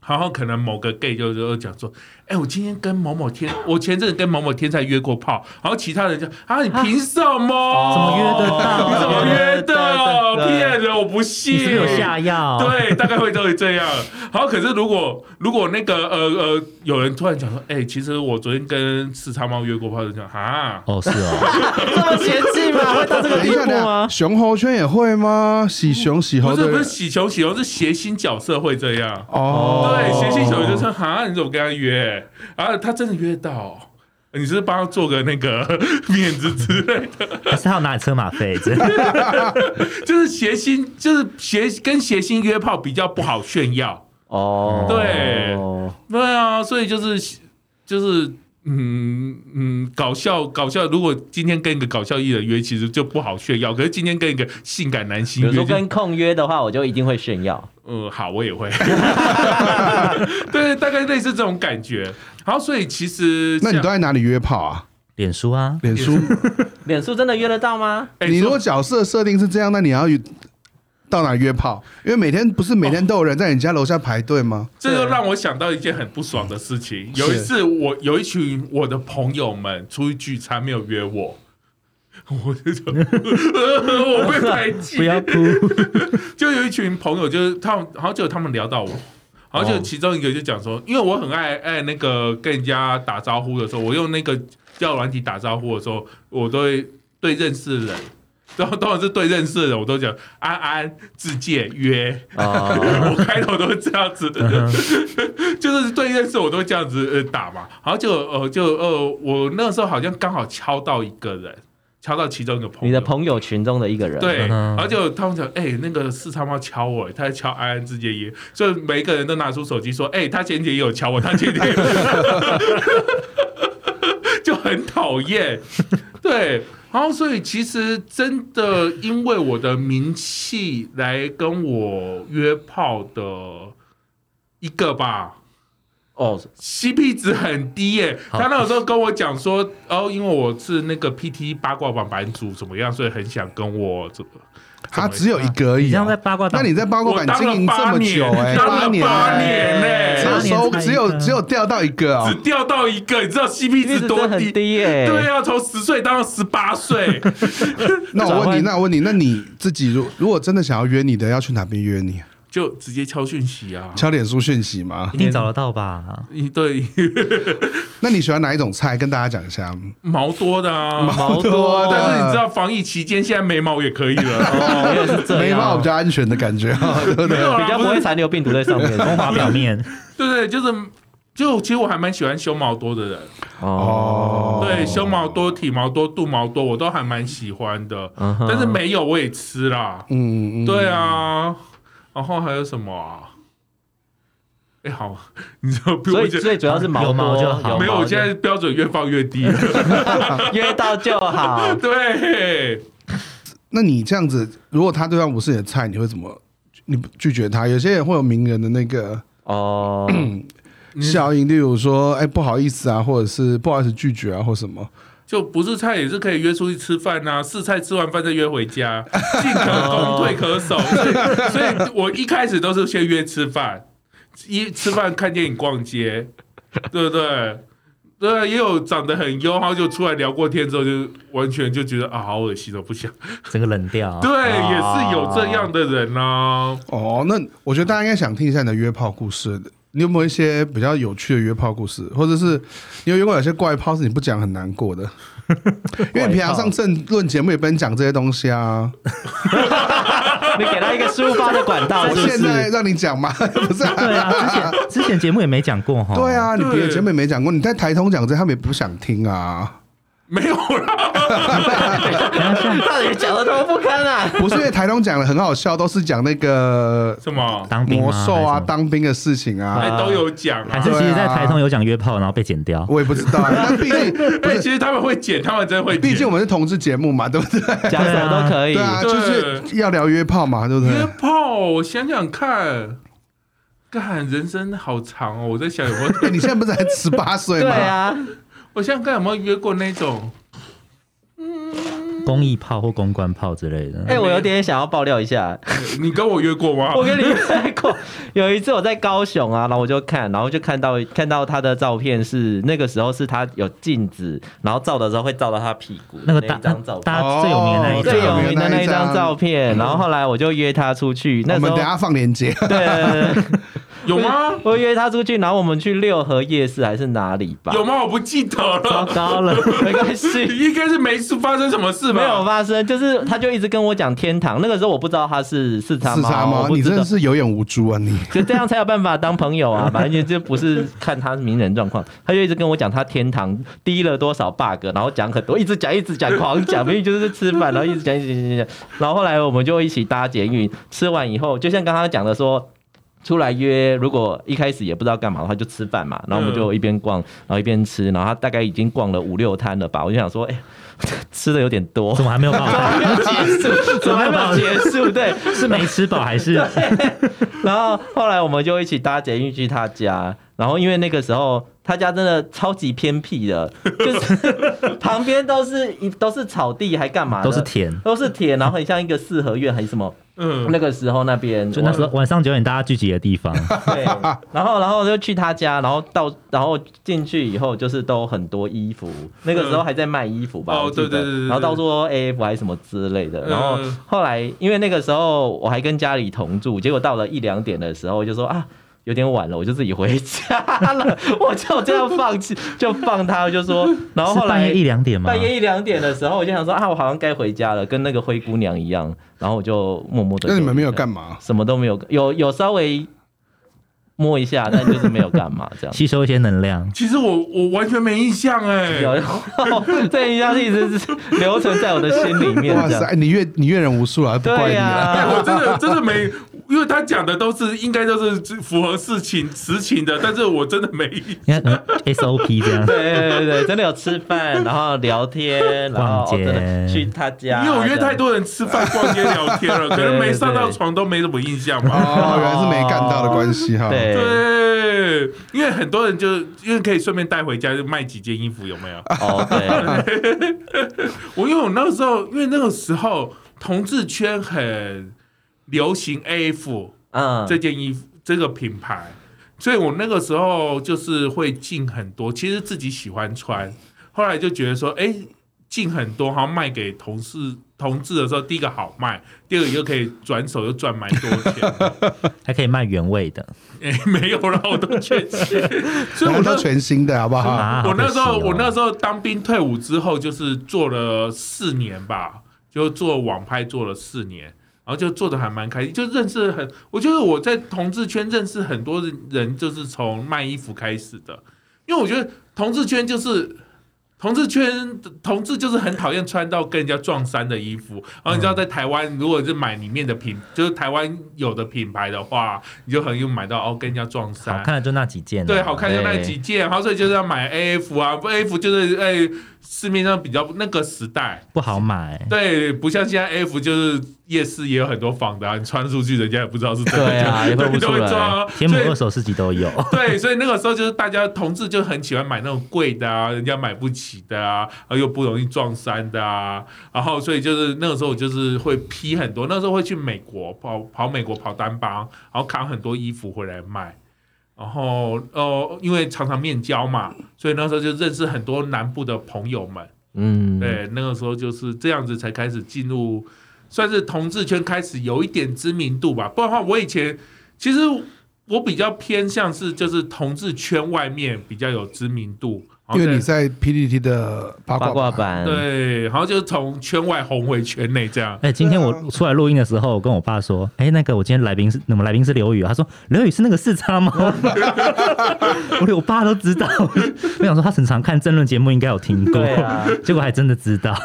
S4: 然后可能某个 gay 就就讲说，哎、我今天跟某某天， 我前阵子跟某某天才约过炮，然后其他人就啊，你凭什么？
S3: 怎么约得到
S4: 你怎么约的？
S5: 哦对对
S4: 骗人，我不信。
S3: 你是不是有下药？
S4: 对，大概会都会这样。好，可是如果如果那个呃呃，有人突然讲说，哎、其实我昨天跟四叉猫约过炮，就讲啊，
S3: 哦，是 哦，
S5: 这么前进吗？会到这个
S1: 等一
S5: 地
S1: 下，
S5: 步
S1: 等一下，
S5: 吗？
S1: 熊猴圈也会吗？喜熊喜猴
S4: 不是
S1: 的
S4: 不是喜熊喜熊是谐星角色会这样。
S1: 哦，
S4: 对，谐星角色就是哈，你怎么跟他约？啊，他真的约到。你是不是帮他做个那个 面子之类的，
S3: 还是他有拿你车马费？真的
S4: 就是谐星，就是谐跟谐星约炮比较不好炫耀，
S5: 哦，
S4: 对对啊，所以就是就是嗯嗯，搞笑搞笑。如果今天跟一个搞笑艺人约，其实就不好炫耀。可是今天跟一个性感男
S5: 比
S4: 星
S5: 如
S4: 约
S5: 说
S4: 就，
S5: 跟控约的话，我就一定会炫耀。
S4: 嗯，好，我也会。 对，大概类似这种感觉。好，所以其实
S1: 那你
S4: 像
S1: 都在哪里约炮啊？
S3: 脸书啊，
S1: 脸书，
S5: 脸书真的约得到吗？
S4: 哎
S1: 你如
S4: 说
S1: 果角色设定是这样，那你要与到哪约炮？因为每天不是每天都有人在你家楼下排队吗？
S4: 这就让我想到一件很不爽的事情。有一次我，有一群我的朋友们出去聚餐，没有约我，我就觉得 我被排 挤。
S3: 不要哭。
S4: 就有一群朋友，就是他们，然后就他们聊到我，然后
S5: 哦
S4: 就其中一个就讲说，因为我很爱爱那个跟人家打招呼的时候，我用那个叫软体打招呼的时候，我都会对认识的人，然后当然是对认识的人，我都讲啊安安、自介、约，
S5: 哦，
S4: 我开头都会这样子，就是对认识我都会这样子呃打嘛，然后就呃就呃我那时候好像刚好敲到一个人，敲到其中一个朋友，
S5: 你的朋友群中的一个人，
S4: 对，
S3: 嗯哼
S4: 而且他们讲，哎、那个四叉猫敲我，他在敲安安之间也，所以每一个人都拿出手机说，哎、他前天也有敲我，他前天也有 就很讨厌，对。然后，所以其实真的因为我的名气来跟我约炮的一个吧，
S5: 哦，
S4: CP 值很低耶、
S3: 好
S4: 他那时候跟我讲说，哦，因为我是那个 PT 八卦版版主怎么样，所以很想跟我这个。
S1: 他只有一个而
S3: 你
S1: 已
S3: 这
S1: 啊、
S3: 样在八卦
S1: 那
S3: 党，
S1: 你在八
S4: 我
S1: 卦版
S4: 当
S1: 经营
S4: 了
S1: 这
S4: 八
S1: 么久、
S4: 年，
S1: 哎，
S4: 当了
S1: 年、
S4: 八
S1: 哎
S4: 年呢、
S1: 只
S3: 八
S1: 有
S3: 年
S1: 收
S3: 才
S1: 只
S3: 一
S1: 有
S3: 个
S1: 只有钓到一个啊、
S4: 只掉到一个，你知道 CP 值
S5: 真
S4: 多
S5: 的很
S4: 低？
S5: 低哎耶。
S4: 对啊，从十岁当到十 八岁，
S1: 那我问
S5: 转
S1: 你，
S5: 换
S1: 那我问你，那你自己如如果真的想要约你的，要去哪边约你？啊
S4: 就直接敲讯息啊。
S1: 敲脸书讯息吗
S3: 一？定找得到吧？
S4: 一对
S1: 那你喜欢哪一种菜？跟大家讲一下。
S4: 毛多 的啊，
S5: 毛多
S1: 的
S4: 但是你知道防疫期间现在眉毛也可以了，
S5: 哦，原来是
S4: 啊
S5: 这
S1: 眉毛
S5: 样
S1: 比，较安全的感觉啊，对不
S4: 没
S1: 对？
S4: 有啦
S5: 比较不
S4: 是
S5: 会残留病毒在上 面。
S3: 中华表面，
S4: 对对，就是就其实我还蛮喜欢修毛多的人，
S1: 哦
S4: 对，胸毛多、体毛多、肚毛多，我都还蛮喜欢的。
S5: 嗯哼
S4: 但是没有我也吃啦，
S1: 嗯，嗯
S4: 对，啊。然后还有什么啊？哎，好， 你知道，比
S5: 所
S4: 我
S5: 以
S4: 觉
S5: 最主要是毛
S3: 有毛
S5: 多
S3: 就好
S5: 有
S4: 没有，
S5: 毛
S4: 我
S5: 就
S4: 现在标准越放越低 了。
S5: 约到就好。
S4: 对，
S1: 那你这样子，如果他对方不是你的菜，你会怎么？你不拒绝他？有些人会有名人的那个
S5: 哦，
S1: 效应，例如说，哎、不好意思啊，或者是不好意思拒绝啊，或什么。
S4: 就不是菜也是可以约出去吃饭呐、是菜吃完饭再约 回家，进可攻退可守。所以，所以我一开始都是先约吃饭，一吃饭看电影、逛街，对不对？对啊，也有长得很优，然后就出来聊过天之后，就完全就觉得啊，好恶心哦，不想。
S3: 整个冷掉啊。
S4: 对，也是有这样的人哦。
S1: 哦，那我觉得大家应该想听一下你的约炮故事，你有没有一些比较有趣的约炮故事，或者是你有约过有些怪炮是你不讲很难过 的？因为你平常上政论节目也不能讲这些东西啊。
S5: 你给他一个抒发的管道，
S1: 我
S5: 是不
S1: 现在
S5: 是？
S1: 让你讲嘛， 不是、啊？
S3: 对啊，之前之前节目也没讲过哈。
S1: 对，啊，你别的
S4: 对
S1: 节目也没讲过，你在台通讲这，他们也不想听啊。
S4: 没有啦，
S5: 到底讲的多不堪啊！
S1: 不是因为台通讲的很好笑，都是讲那个
S4: 什么？
S3: 当兵吗
S1: 魔兽啊、
S3: 还是什么
S1: 当兵的事情啊，
S4: 哎，都有讲
S3: 还
S4: 啊
S3: 是。其实，
S1: 对
S3: 在
S1: 啊
S3: 台通有讲约炮，然后被剪掉。
S1: 我也不知道、啊。但毕 竟
S4: 哎，其实他们会剪，他们真的会剪。
S1: 毕竟我们是同志节目嘛，对不对？
S5: 讲什么都可以
S1: 对，啊，就是要聊约炮嘛，对不
S4: 约
S1: 对？
S4: 炮，我想想看，干人生好长哦。我在想有没有，
S1: 哎，你现在不是 才十八岁
S5: 对
S1: 吗？
S5: 啊，
S4: 我想想看有没有约过那种
S3: 公益炮或公关炮之类的。
S5: 哎，我有点想要爆料一下，
S4: 你跟我约过 吗？
S5: 我跟你约过，有一次我在高雄啊，然后我就看，然后就看到看到他的照片是那个时候是他有镜子，然后照的时候会照到他屁股
S3: 那个大
S5: 一张照片。
S3: 大嗯家最有名的
S1: 哦
S3: 那一
S5: 最有
S3: 张，
S5: 名的那一张照片，然后后来我就约他出去，那
S1: 我
S5: 时
S1: 们
S5: 候
S1: 等一下放链接。
S5: 对对对对对，
S4: 有吗？
S5: 我约他出去，然后我们去六合夜市还是哪里吧？
S4: 有吗？我不记得
S5: 糟
S4: 了，
S5: 糕了，没关系，
S4: 应该是没事发生什么事吧？
S5: 没有发生，就是他就一直跟我讲天堂，那个时候我不知道 他是四叉
S1: 是他
S5: 猫，我
S1: 吗？
S5: 不
S1: 你
S5: 知
S1: 真
S5: 道
S1: 的，是有眼无珠啊！你
S5: 就这样才有办法当朋友啊。反正就不是看他名人状况，他就一直跟我讲他天堂低了多少 bug，然后讲很多，一直讲一直讲，狂讲，明明就是吃饭，然后一直讲一直讲一直讲，然后后来我们就一起搭捷运，吃完以后，就像刚刚讲的说。出来约，如果一开始也不知道干嘛的话，就吃饭嘛。然后我们就一边逛，然后一边吃。然后他大概已经逛了五六摊了吧，我就想说，哎、吃的有点多，
S3: 怎么还没有报？
S5: 结束， 怎么还没有结束？对，
S3: 是没吃饱还是？
S1: 啊
S5: 然后后来我们就一起搭捷运去他家，然后因为那个时候他家真的超级偏僻的，就是旁边都是一都是草地，还干嘛的？
S3: 都是田
S1: 啊
S5: 都是田，然后很像一个四合院，还是什么？
S4: 嗯，
S5: 那个时候那边
S3: 就那时候晚上九点大家聚集的地方，
S5: 对，然后然后就去他家，然后到然后进去以后就是都很多衣服，那个时候还在卖衣服吧，
S4: 嗯哦
S5: 我记得
S4: 对对对对对
S5: 然后到处 AF 还是什么之类的，
S4: 嗯
S5: 然后后来因为那个时候我还跟家里同住，结果到了一两点的时候我就说啊。有点晚了，我就自己回家了， 我就这样放弃，就放他，我就说，然后
S3: 是
S5: 哦后
S3: 半
S5: 来
S3: 夜一两点吗？
S5: 半夜一两点的时候，我就想说啊，我好像该回家了，跟那个灰姑娘一样，然后我就默默的。
S1: 那你们没有干嘛？
S5: 什么都没有，有有稍微摸一下，但就是没有干嘛 这样。
S3: 吸收一些能量。
S4: 其实我我完全没印象哎、
S5: 有，然 后这一下一直是留存在我的心里面
S1: 哇
S5: 这样。
S1: 塞，你阅你阅人无数啊，不怪
S5: 对
S1: 你
S5: 呀、
S1: 啊。
S4: 哎，我 真的真的没，因为他讲的都是应该都是符合事情实情的，但是我真的没印象。
S3: 你看嗯 SOP 这样，
S5: 对啊对对对，真的有吃饭，然后聊天，然后、哦
S3: 逛街
S5: 真 的去他家，
S4: 因为我约太多人吃饭、逛街、聊天了，可能没上到床都没什么印象吧。
S1: 哦，原来是没干到的关系哈。
S5: 这样。啊 对，
S4: 对，因为很多人就因为可以顺便带回家，就卖几件衣服，有没有？
S5: 哦对，
S4: 我因为我那个时候，因为那个时候同志圈很流行 AF
S5: 嗯，
S4: 这件衣服、这个品牌，所以我那个时候就是会进很多，其实自己喜欢穿，后来就觉得说，哎，进很多，然后卖给同事。同志的时候，第一个好卖，第二个又可以转手又赚蛮多钱的。
S3: 还可以卖原味的
S4: 哎、没有了，我都缺钱， 所以
S1: 然
S4: 我
S1: 后
S4: 那
S1: 都全新的，好不好？
S3: 啊！
S4: 我那时候、我那
S3: 候
S4: 时候当兵退伍之后，就是做了四年吧，就做网拍做了四年，然后就做的还蛮开心，就认识很，我觉得我在同志圈认识很多人，就是从卖衣服开始的，因为我觉得同志圈就是。同志圈，同志就是很讨厌穿到跟人家撞衫的衣服。然后你知
S3: 嗯
S4: 道，在台湾，如果是买里面的品，就是台湾有的品牌的话，你就很容易买到哦，跟人家撞衫。
S3: 好看的就那几件啊，
S4: 对，好看就那几件，然后所以就是要买 AF 啊不，AF 就是哎市面上比较那个时代，
S3: 不好买。
S4: 对，不像现在 AF 就是夜市也有很多仿的、啊，你穿出去人家也不知道是真的
S5: 对啊
S4: 假的
S5: 也分不
S4: 对都会
S5: 出来
S4: 抓啊
S3: 天母
S4: 所以
S3: 二手市集都有，
S4: 对，所以那个时候就是大家同志就很喜欢买那种贵的啊，人家买不起的啊，然后又不容易撞衫的啊，然后所以就是那个时候我就是会批很多，那时候会去美国跑跑美国跑单帮，然后扛很多衣服回来卖。然后哦、因为常常面交嘛，所以那时候就认识很多南部的朋友们。
S5: 嗯，
S4: 对，那个时候就是这样子才开始进入，算是同志圈开始有一点知名度吧。不然的话，我以前其实我比较偏向是就是同志圈外面比较有知名度，哦然后
S1: 因为你
S4: 再
S1: 在 PPT 的八
S5: 八卦
S1: 卦，
S5: 版，
S4: 对，然后就从圈外红回圈内这样。
S3: 哎、今天
S1: 对啊
S3: 我出来录音的时候，我跟我爸说，哎、那个我今天来宾是，我们来宾是刘宇，他说刘宇是那个四叉 猫， 我连我爸都知道，我想说他很常看争论节目，应该有听过，
S5: 对啊
S3: 结果还真的知道，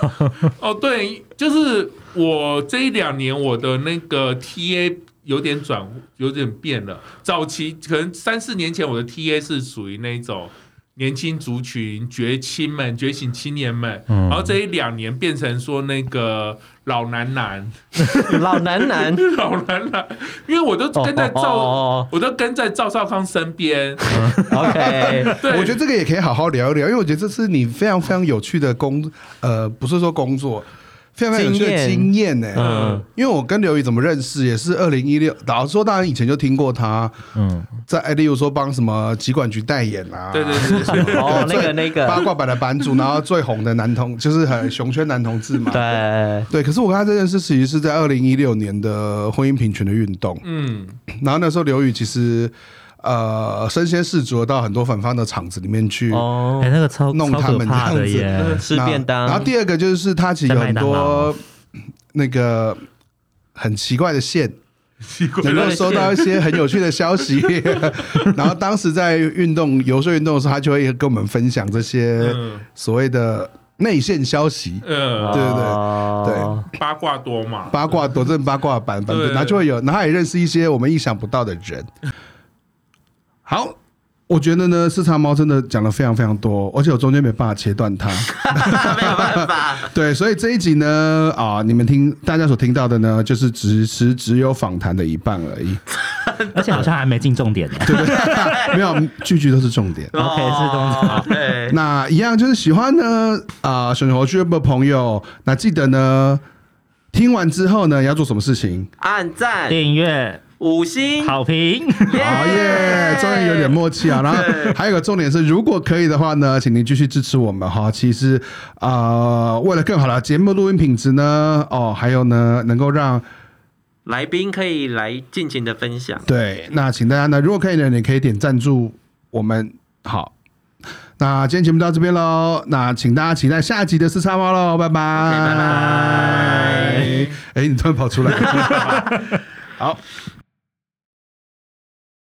S4: 哦，对，就是我这一两年我的那个 TA 有点转，有点变了。早期可能三四年前我的 TA 是属于那种年轻族群、觉青们、觉醒青年们，
S3: 嗯
S4: 然后这一两年变成说那个老男男、
S5: 老男男，
S4: 老男男，因为我都跟在赵。
S5: 哦
S4: 我都跟在赵少康身边，
S5: 哦哦，OK，
S4: 对，
S1: 我觉得这个也可以好好聊一聊，因为我觉得这是你非常非常有趣的工，呃，不是说工作，非常非常有趣的经
S5: 经
S1: 验呢、
S4: 嗯
S1: 因为我跟刘宇怎么认识，也是二零一六。老实说，当然以前就听过他
S3: 嗯，
S1: 在，例如说帮什么疾管局代言啊，
S4: 对对对对，
S5: 哦，那
S1: 最
S5: 个那
S1: 八
S5: 个，
S1: 卦版的版主，然后最红的男同，就是很熊圈男同志嘛。
S5: 对，
S1: 对，可是我跟他这件事其实是在二零一六年的婚姻平权的运动，
S4: 嗯，
S1: 然后那时候刘宇其实呃身先士卒地到很多反方的场子里面去。
S5: 哦
S3: 哎、，那个超
S1: 弄
S3: 超
S1: 他
S3: 可
S1: 们
S3: 怕
S1: 这样
S3: 的
S1: 子
S3: 耶，
S5: 吃
S1: 那
S5: 便当，
S1: 然后第二个就是他其实有很多那个很奇怪的线，
S4: 奇怪
S1: 能够收到一些很有趣的消息。 然后当时在运动游说运动的时候，他就会跟我们分享这些
S4: 嗯
S1: 所谓的内线消息。
S4: 呃，
S1: 对对对
S5: 哦
S4: 八卦多嘛，
S1: 八卦多正八卦版版
S4: 对
S1: 本，然后就会有，然后他也认识一些我们意想不到的人。好，我觉得呢，四叉猫真的讲了非常非常多，而且我中间没办法切断它。
S5: 没有办法，
S1: 对，所以这一集呢，啊，你们听大家所听到的呢，就是只是只有访谈的一半而已，
S3: 而且好像还没进重点呢。
S1: 对不对？没有，句句都是重点。
S3: OK，是东西
S5: 哦对，
S1: 那一样就是喜欢呢啊、熊熊和俱乐部的朋友，那记得呢，听完之后呢，要做什么事情？
S5: 按赞
S3: 订阅、
S5: 五星，
S3: 好评，
S5: 哎
S1: 好哦耶，终于有点默契啊！然后 还有个重点是，如果可以的话呢，请您继续支持我们哈。其实啊、呃为了更好的节目录音品质呢，哦，还有呢，能够让
S5: 来宾可以来尽情的分享。
S1: 对，那请大家呢，如果可以呢，你可以点赞助我们。好，那今天节目到这边喽，那请大家期待下一集的四叉猫喽，拜拜，
S5: OK，拜拜
S1: 哎、你突然跑出来，好，